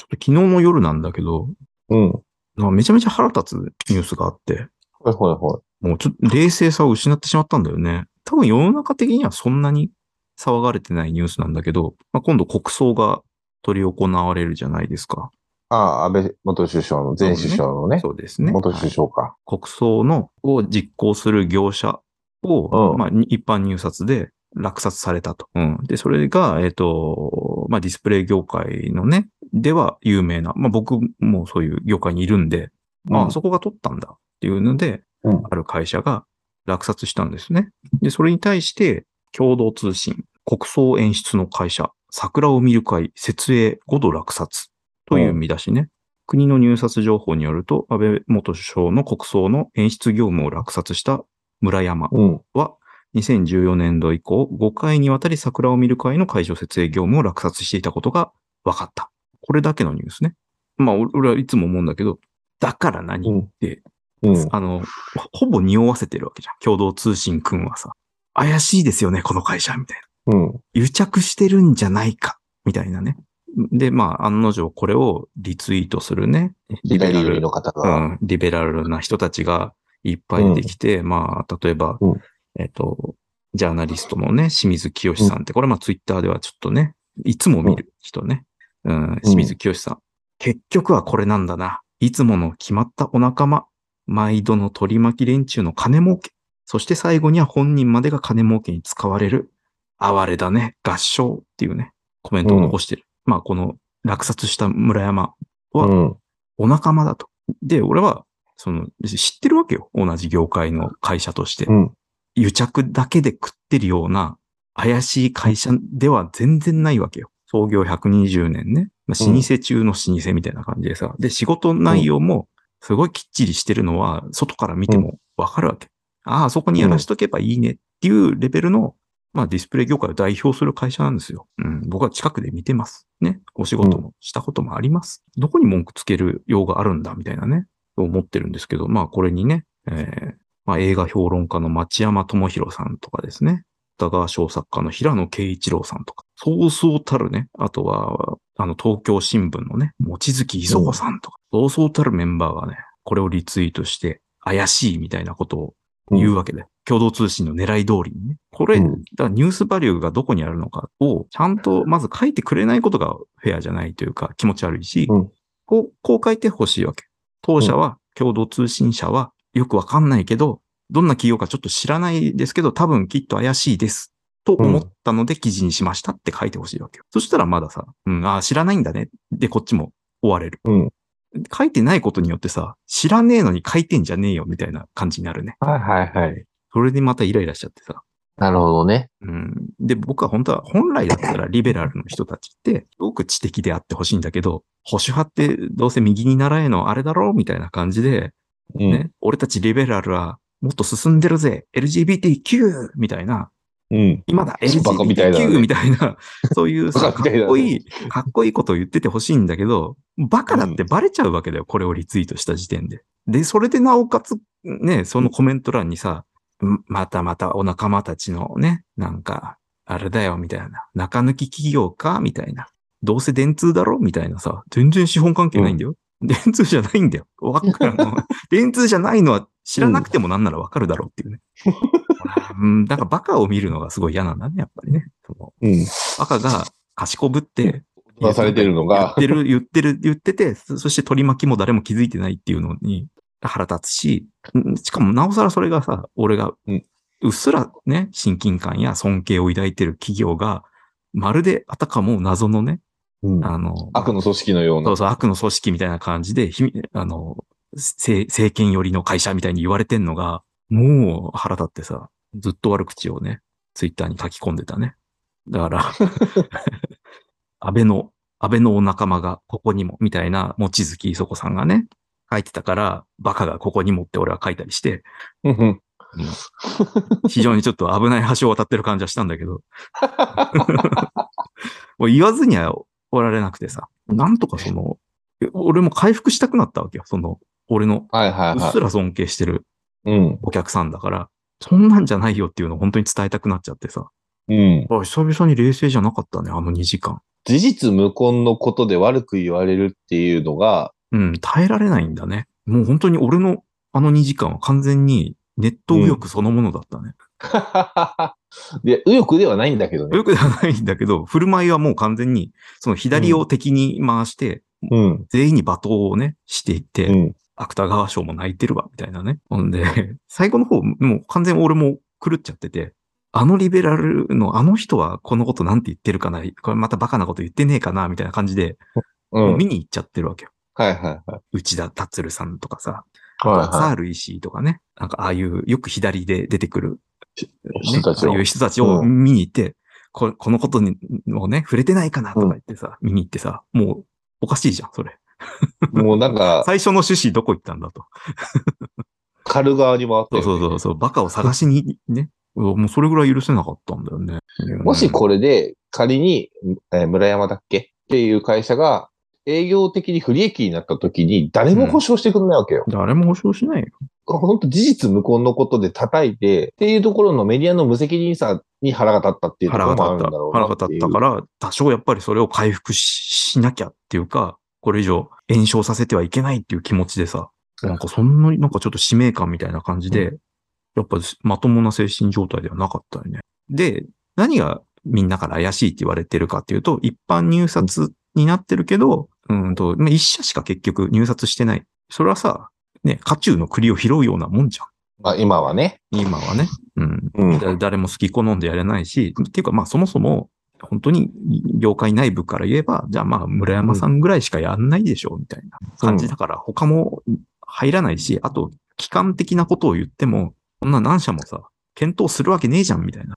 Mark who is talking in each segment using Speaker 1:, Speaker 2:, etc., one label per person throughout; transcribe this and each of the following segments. Speaker 1: 昨日の夜なんだけど、
Speaker 2: うん。はい
Speaker 1: なんかめちゃめちゃ腹立つニュースがあって、
Speaker 2: はいは
Speaker 1: もうちょっと冷静さを失ってしまったんだよね。多分世の中的にはそんなに騒がれてないニュースなんだけど、まあ、今度国葬が取り行われるじゃないですか。
Speaker 2: い。ああ、安倍元首相の、前首相のね、
Speaker 1: そうですね。
Speaker 2: 元首相か。
Speaker 1: 国葬のを実行する業者を、
Speaker 2: うん
Speaker 1: まあ、に一般入札で落札されたと。うん、で、それが、えっ、と、まあ、ディスプレイ業界のね、では有名な、まあ、僕もそういう業界にいるんで、あ
Speaker 2: うん
Speaker 1: あ、そこが取ったんだっていうので、
Speaker 2: うん
Speaker 1: ある会社が落札したんですね。で、それに対して、共同通信、国葬演出の会社、桜を見る会、設営5度落札という見出しね。国の入札情報によると、安倍元首相の国葬の演出業務を落札した村山
Speaker 2: うん。
Speaker 1: は、2014年度以降、5回にわたり桜を見る会の会場設営業務を落札していたことが分かった。これだけのニュースね。まあ、俺俺はいつも思うんだけど、だから何、
Speaker 2: うん。
Speaker 1: で
Speaker 2: うん。
Speaker 1: あの、ほほぼ匂わせてるわけじゃん。共同通信くんはさ、怪しいですよね、この会社、みたいな。
Speaker 2: うん。
Speaker 1: 癒着してるんじゃないか、みたいなね。で、まあ、案の定これをリツイートするね。
Speaker 2: 左寄りの方
Speaker 1: う
Speaker 2: が。
Speaker 1: ん、リベラルな人たちがいっぱい出てきて、まあ、例えば、
Speaker 2: うん
Speaker 1: えっ、と、ジャーナリストのね、清水清さんって、これまあツイッターではちょっとね、いつも見る人ね。うん、清水清さん。結局はこれなんだな。いつもの決まったお仲間。毎度の取り巻き連中の金儲け。そして最後には本人までが金儲けに使われる。哀れだね。合唱っていうね、コメントを残してる。まあ、この落札した村山うん
Speaker 2: うん。
Speaker 1: お仲間だと。で、俺は、その、知ってるわけよ。同じ業界の会社として
Speaker 2: う。ん。
Speaker 1: 癒着だけで食ってるような、怪しい会社では全然ないわけよ。創業120年ね。まあ、
Speaker 2: うん
Speaker 1: 老舗中の老舗みたいな感じでさ。で、仕事内容も、すごいきっちりしてるのは、外から見てもわかるわけ。ああ、そこにやらしとけばいいねっていうレベルの、まあ、ディスプレイ業界を代表する会社なんですよ。うん。僕は近くで見てます。ね。お仕事もしたこともあります。どこに文句つける用があるんだみたいなね。思ってるんですけど、まあ、これにね、えーまあ、映画評論家の町山智博さんとかですね。歌川小作家の平野慶一郎さんとか、そうそうたるね、あとは、あの、東京新聞のね、望月伊蔵さんとか、そうそうたるメンバーがね、これをリツイートして、怪しいみたいなことを言うわけで、共同通信の狙い通りにね。これ、
Speaker 2: う
Speaker 1: だ
Speaker 2: ん
Speaker 1: からニュースバリューがどこにあるのかを、ちゃんとまず書いてくれないことがフェアじゃないというか、気持ち悪いし、
Speaker 2: うん
Speaker 1: こう、こう書いてほしいわけ。当社は、共同通信社は、よくわかんないけど、どんな企業かちょっと知らないですけど、多分きっと怪しいです。と思ったので記事にしましたって書いてほしいわけよ。そしたらまださ、うん、ああ、知らないんだね。で、こっちも追われる。
Speaker 2: うん。
Speaker 1: 書いてないことによってさ、知らねえのに書いてんじゃねえよ、みたいな感じになるね。
Speaker 2: はいはいはい。
Speaker 1: それでまたイライラしちゃってさ。
Speaker 2: なるほどね。
Speaker 1: うん、で、僕は本当は、本来だったらリベラルの人たちって、すごく知的であってほしいんだけど、保守派ってどうせ右に習えのあれだろうみたいな感じで、
Speaker 2: う
Speaker 1: ね、
Speaker 2: ん。
Speaker 1: 俺たちリベラルはもっと進んでるぜ !LGBTQ! みたいな、
Speaker 2: うん。
Speaker 1: 今だ
Speaker 2: バカみたいだね
Speaker 1: !LGBTQ! みたい な、そういうさ、
Speaker 2: バ
Speaker 1: か
Speaker 2: カみたいだね
Speaker 1: っこいい、かっこいいことを言っててほしいんだけど、バカだってバレちゃうわけだよ、これをリツイートした時点で。で、それでなおかつ、ね、そのコメント欄にさ、んまたまたお仲間たちのね、なんか、あれだよ、みたいな。中抜き企業かみたいな。どうせ電通だろみたいなさ。全然資本関係ないんだよ。電通じゃないんだよ。わか るの。電通じゃないのは知らなくてもなんならわかるだろうっていうね。うん、なんかバカを見るのがすごい嫌なんだね、やっぱりね。その
Speaker 2: うん。
Speaker 1: バカが賢ぶって、
Speaker 2: 出されてるの
Speaker 1: 言っ
Speaker 2: が、
Speaker 1: てる、言ってる、言ってて、そそして取り巻きも誰も気づいてないっていうのに腹立つし、んしかもなおさらそれがさ、俺が
Speaker 2: うん、
Speaker 1: うっすらね、親近感や尊敬を抱いてる企業が、まるであたかも謎のね、
Speaker 2: うん
Speaker 1: あの、
Speaker 2: 悪の組織のよう
Speaker 1: そ
Speaker 2: な
Speaker 1: う。そう、悪の組織みたいな感じで、ひみあの、せ政権寄りの会社みたいに言われてんのが、もう腹立ってさ、ずっと悪口をね、ツイッターに書き込んでたね。だから、 安倍の、安倍のお仲間がここにも、みたいな、望月磯子さんがね、書いてたから、バカがここにもって俺は書いたりして、
Speaker 2: うんうん
Speaker 1: 非常にちょっと危ない橋を渡ってる感じはしたんだけど。もう言わずにはおられなくてさ。なんとかその、俺も回復したくなったわけよ。その、俺の
Speaker 2: はいはいう
Speaker 1: っ
Speaker 2: は
Speaker 1: すら尊敬してる
Speaker 2: い。うん。
Speaker 1: お客さんだから、そんなんじゃないよっていうのを本当に伝えたくなっちゃってさ。
Speaker 2: うん。
Speaker 1: あ久々に冷静じゃなかったね、あの2時間。
Speaker 2: 事実無根のことで悪く言われるっていうのが、
Speaker 1: うん、耐えられないんだね。もう本当に俺のあの2時間は完全にネット右翼そのものだったね。
Speaker 2: いや、右翼ではないんだけどね。
Speaker 1: 右翼ではないんだけど、振る舞いはもう完全に、その左を敵に回して、
Speaker 2: うん。
Speaker 1: 全員に罵倒をね、していって、
Speaker 2: うん。
Speaker 1: 芥川賞も泣いてるわ、みたいなね。ほんで、 最後の方、もう完全に俺も狂っちゃってて、あのリベラルのあの人はこのことなんて言ってるかな、これまたバカなこと言ってねえかな、みたいな感じで、
Speaker 2: うん。
Speaker 1: もう
Speaker 2: はい
Speaker 1: 見に行っちゃってるわけよ。
Speaker 2: はいはい。
Speaker 1: 内田達郎さんとかさ、
Speaker 2: はい
Speaker 1: サ
Speaker 2: は
Speaker 1: ール石井とかね、なんかああいう、よく左で出てくる、ね
Speaker 2: 人たちを
Speaker 1: ああいう人たちを
Speaker 2: う
Speaker 1: 見に行って、ここのことにをね、触れてないかなとか言ってさ、見に行ってさ、もうおかしいじゃん、それ。
Speaker 2: い。もうな んか、
Speaker 1: 最初の趣旨どこ行ったんだと。
Speaker 2: 狩る側に回っ
Speaker 1: そう
Speaker 2: て。
Speaker 1: そうそうそう、バカを探しにね、うわもうそれぐらい許せなかったんだよね。
Speaker 2: もしこれで仮に、えー村山だっけっていう会社が営業的に不利益になった時に誰も保証してくれないわけよ。
Speaker 1: 誰も保証しないよ。
Speaker 2: 本当事実無根のことで叩いてっていうところのメディアの無責任さに腹が立ったっていうとこ
Speaker 1: 腹
Speaker 2: ろもあ
Speaker 1: が
Speaker 2: るん
Speaker 1: 立
Speaker 2: だ
Speaker 1: った
Speaker 2: ろ。う
Speaker 1: 腹
Speaker 2: な
Speaker 1: が
Speaker 2: っ
Speaker 1: 立
Speaker 2: てい
Speaker 1: っ
Speaker 2: う。
Speaker 1: たから、多少やっぱりそれを回復ししなきゃっていうか、これ以上炎症させてはいけないっていう気持ちでさ、なんかそんなになんかちょっと使命感みたいな感じで、やっぱまともな精神状態ではなかったよね。で、何がみんなから怪しいって言われてるかっていうと、一般入札になってるけど、うんと、まあ一社しか結局入札してない。それはさ、ね、家中の栗を拾うようなもんじゃん。
Speaker 2: まあ今はね。
Speaker 1: 今はね。うん。
Speaker 2: うん。
Speaker 1: だ誰も好き好んでやれないし、っていうかまあそもそも、本当に業界内部から言えば、じゃあまあ村山さんぐらいしかやんないでしょうみたいな感じだから、他も入らないし、あと、機関的なことを言っても、こんな何社もさ、検討するわけねえじゃんみたいな。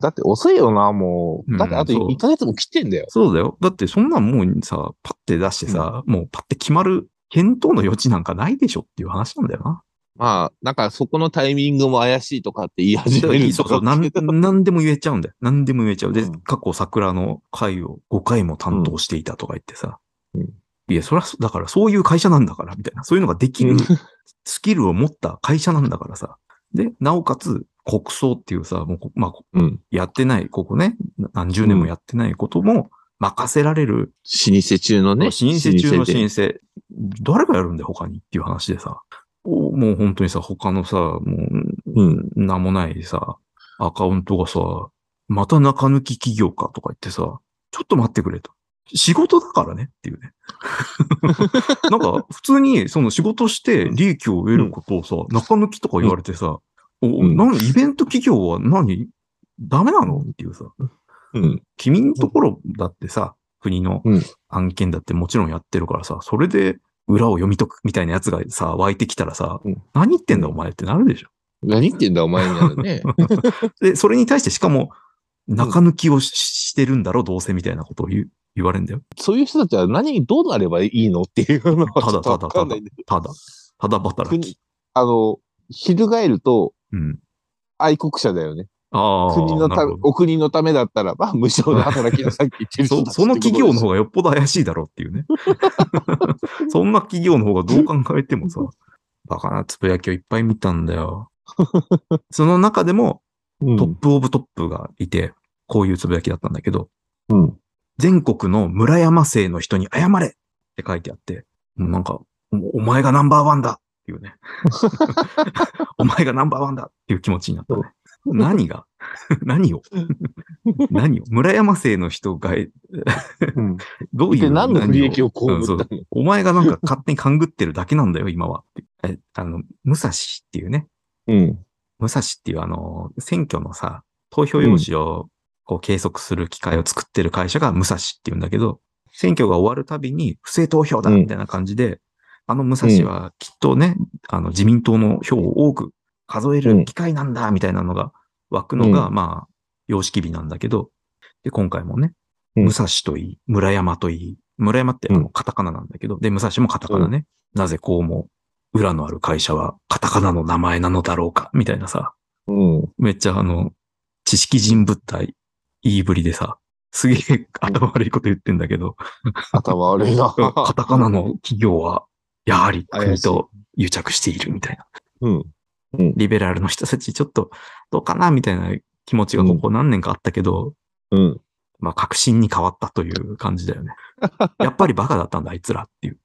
Speaker 2: だって遅いよな、も
Speaker 1: うん
Speaker 2: う。だってあと
Speaker 1: そう
Speaker 2: 1ヶ月も切ってんだよ。
Speaker 1: そうだよ。だってそんなんもうさ、パッて出してさ、もうパッて決まる検討の余地なんかないでしょっていう話なんだよな。
Speaker 2: まあ、なんかそこのタイミングも怪しいとかって言い始
Speaker 1: そう
Speaker 2: める
Speaker 1: そう
Speaker 2: と
Speaker 1: そう、
Speaker 2: か
Speaker 1: な
Speaker 2: って
Speaker 1: ん、 なんでも言えちゃうんだよ。なんでも言えちゃう。で、
Speaker 2: うん
Speaker 1: 過去桜の回を5回も担当していたとか言ってさ。
Speaker 2: うん
Speaker 1: いや、そら、だからそういう会社なんだから、みたいな。そういうのができる
Speaker 2: うん
Speaker 1: スキルを持った会社なんだからさ。で、なおかつ、国葬っていうさ、もうこ、まあ、こ
Speaker 2: うん。
Speaker 1: やってない、ここね、何十年もやってないことも任せられる、
Speaker 2: 老舗中のね。
Speaker 1: 申請中の
Speaker 2: で
Speaker 1: 申請、誰がやるんだよ、他にっていう話でさ。おもう本当にさ、他のさ、もう、
Speaker 2: うん。
Speaker 1: 名もないさ、アカウントがさ、また中抜き企業かとか言ってさ、ちょっと待ってくれと。仕事だからねっていう ね。なんか、普通にその仕事して利益を得ることをさ、中抜きとか言われてさ、お、
Speaker 2: うん
Speaker 1: なんイベント企業は何ダメなのっていうさ、
Speaker 2: うん。
Speaker 1: 君のところだってさ、国の
Speaker 2: うん
Speaker 1: 案件だってもちろんやってるからさ、それで裏を読み解くみたいなやつがさ、湧いてきたらさ、
Speaker 2: うん
Speaker 1: 何言ってんだお前ってなるでしょ
Speaker 2: 何言ってんだ、お前になる ね。
Speaker 1: で、それに対してしかも、中抜きをししてるんだろ、どうせみたいなことを言う言われるんだよ。
Speaker 2: そういう人たちは何、どうなればいいのっていうの
Speaker 1: た
Speaker 2: はちょ
Speaker 1: だ
Speaker 2: っと
Speaker 1: た
Speaker 2: わ
Speaker 1: だ
Speaker 2: か
Speaker 1: た
Speaker 2: んな
Speaker 1: だ
Speaker 2: いんだけ、
Speaker 1: ただ、ただ働き。
Speaker 2: ど。あの、翻ると
Speaker 1: うん。
Speaker 2: 愛国者だよね。
Speaker 1: ああ。
Speaker 2: 国の
Speaker 1: な
Speaker 2: た
Speaker 1: る
Speaker 2: め
Speaker 1: ほど
Speaker 2: お国のためだったらば、無償で働きなさいって言ってる人
Speaker 1: そ
Speaker 2: たち
Speaker 1: その企業の
Speaker 2: っ
Speaker 1: 方がよっぽど怪しいだろうっていうね。そんな企業の方がどう考えてもさ、バカなつぶやきをいっぱい見たんだよ。その中でも
Speaker 2: てことで
Speaker 1: ト
Speaker 2: す
Speaker 1: ップオブトップがいて、こういうつぶやきだったんだけど、
Speaker 2: うん。うん。
Speaker 1: 全国の村山生の人に謝れって書いてあって、もうなんか、おお前がナンバーワンだっていうね。 お前がナンバーワンだっていう気持ちになったね。何が 何 を何を村山生の人が、え
Speaker 2: うん。
Speaker 1: どうい
Speaker 2: で、
Speaker 1: う
Speaker 2: 何の不利益を被
Speaker 1: うん
Speaker 2: っ
Speaker 1: そ
Speaker 2: た
Speaker 1: う
Speaker 2: の
Speaker 1: お前がなんか勝手に勘ぐってるだけなんだよ、今は。え、あの、武蔵っていうね、
Speaker 2: うん。
Speaker 1: 武蔵っていうあの、選挙のさ、投票用紙をこう計測する機械を作ってる会社が武蔵っていうんだけど、選挙が終わるたびに不正投票だ
Speaker 2: うん
Speaker 1: みたいな感じで、あの武蔵はきっとね、あの自民党の票を多く数える機械なんだみたいなのが湧くのが、
Speaker 2: う
Speaker 1: まあ、様式日なんだけど、で、今回もね、
Speaker 2: うん
Speaker 1: 武蔵といい、村山といい、村山ってあ
Speaker 2: う
Speaker 1: のカタカナなんだけど、で、武蔵もカタカナね。なぜこうも裏のある会社はカタカナの名前なのだろうか、みたいなさ、
Speaker 2: うん。
Speaker 1: めっちゃあの、知識人物体、言いぶりでさ、すげえ頭悪いこと言ってんだけど、
Speaker 2: 頭悪いな。
Speaker 1: カタカナの企業は、やはり国
Speaker 2: 怪しい
Speaker 1: と癒着しているみたいな。
Speaker 2: うん。
Speaker 1: リベラルの人たちちょっとどうかなみたいな気持ちがここ何年かあったけど、
Speaker 2: うん。
Speaker 1: まあ、確信に変わったという感じだ よね。やっぱりバカだったんだ、あいつらっていう。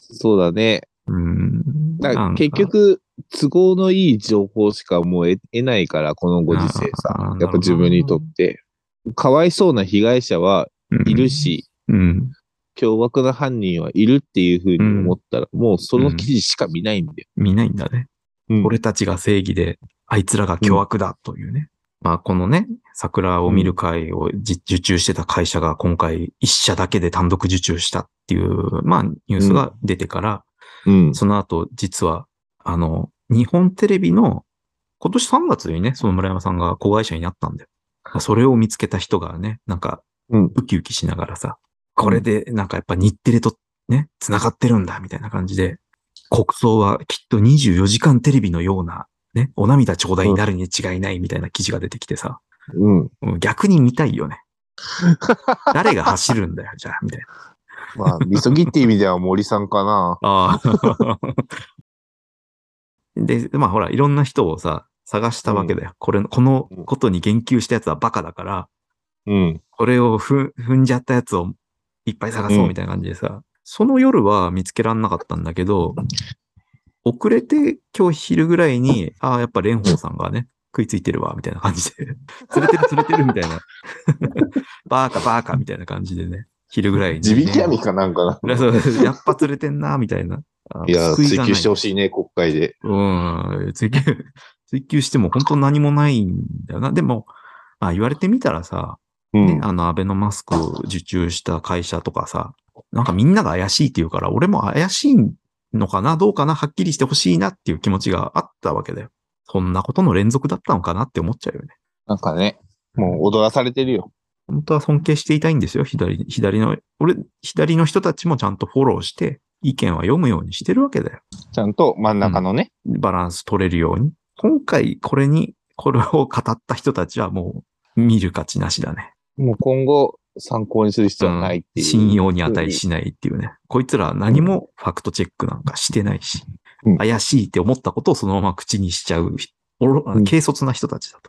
Speaker 2: そうだね。
Speaker 1: うん。
Speaker 2: だから
Speaker 1: なんか
Speaker 2: 結、局、都合のいい情報しかもう得得ないから、このご時世
Speaker 1: あ
Speaker 2: さ
Speaker 1: ー。
Speaker 2: やっぱ自分にとって。かわいそうな被害者はいるし、
Speaker 1: うん。うん。
Speaker 2: 凶悪な犯人はいるっていうふうに思ったら、もうその記事しか見ないんだよ。
Speaker 1: 見ないんだね。
Speaker 2: うん
Speaker 1: 俺たちが正義で、あいつらが凶悪だというね。まあ、このね、桜を見る会をじ受注してた会社が今回一社だけで単独受注したっていう、まあ、ニュースが出てから、
Speaker 2: うん。
Speaker 1: その後、実は、あの、日本テレビの今年3月にね、その村山さんが子会社になったんだよ。まあそれを見つけた人がね、なんか、
Speaker 2: うん
Speaker 1: ウキウキしながらさ、これでなんかやっぱ日テレとね、繋がってるんだ、みたいな感じで、国葬はきっと24時間テレビのような、ね、お涙頂戴になるに違いないみたいな記事が出てきてさ、
Speaker 2: うん。
Speaker 1: うん逆に見たいよ ね。誰が走るんだよ、じゃあ、みたいな。
Speaker 2: まあ、みそぎって意味では森さんかな。
Speaker 1: ああ。 で、まあほら、いろんな人をさ、探したわけだよ。これ、このことに言及したやつはバカだから、
Speaker 2: うん。
Speaker 1: これをふ踏んじゃったやつをいっぱい探そうみたいな感じでさ、その夜は見つけらんなかったんだけど、遅れて今日昼ぐらいに、ああ、やっぱ蓮舫さんがね、食いついてるわ、みたいな感じで、 釣れてる釣れてるみたいな、 バーカバーカみたいな感じでね、昼ぐらいに、ね。
Speaker 2: 地引き網かなんかな。
Speaker 1: そうそうやっぱ釣れてんな、みたいな。
Speaker 2: いや、
Speaker 1: 救
Speaker 2: 追
Speaker 1: がない
Speaker 2: 求してほしいね、国会で。
Speaker 1: うん、追求、追求しても本当何もないんだよな。でも、まあ言われてみたらさ、
Speaker 2: う
Speaker 1: ね
Speaker 2: ん。
Speaker 1: あの、アベノマスクを受注した会社とかさ、なんかみんなが怪しいって言うから、俺も怪しいのかなどうかなはっきりしてほしいなっていう気持ちがあったわけだよ。そんなことの連続だったのかなって思っちゃうよね。
Speaker 2: なんかね、もう踊らされてるよ。
Speaker 1: 本当は尊敬していたいんですよ。左、左の、俺、左の人たちもちゃんとフォローして、意見は読むようにしてるわけだよ。
Speaker 2: ちゃんと真ん中のね。
Speaker 1: バランス取れるように。今回、これに、これを語った人たちはもう、見る価値なしだね。
Speaker 2: もう今後、参考にする必要はないっていう。
Speaker 1: 信用に値しないっていうね。こいつら何もファクトチェックなんかしてないし、
Speaker 2: うん
Speaker 1: 怪しいって思ったことをそのまま口にしちゃう、おろ
Speaker 2: うん
Speaker 1: 軽率な人たちだと。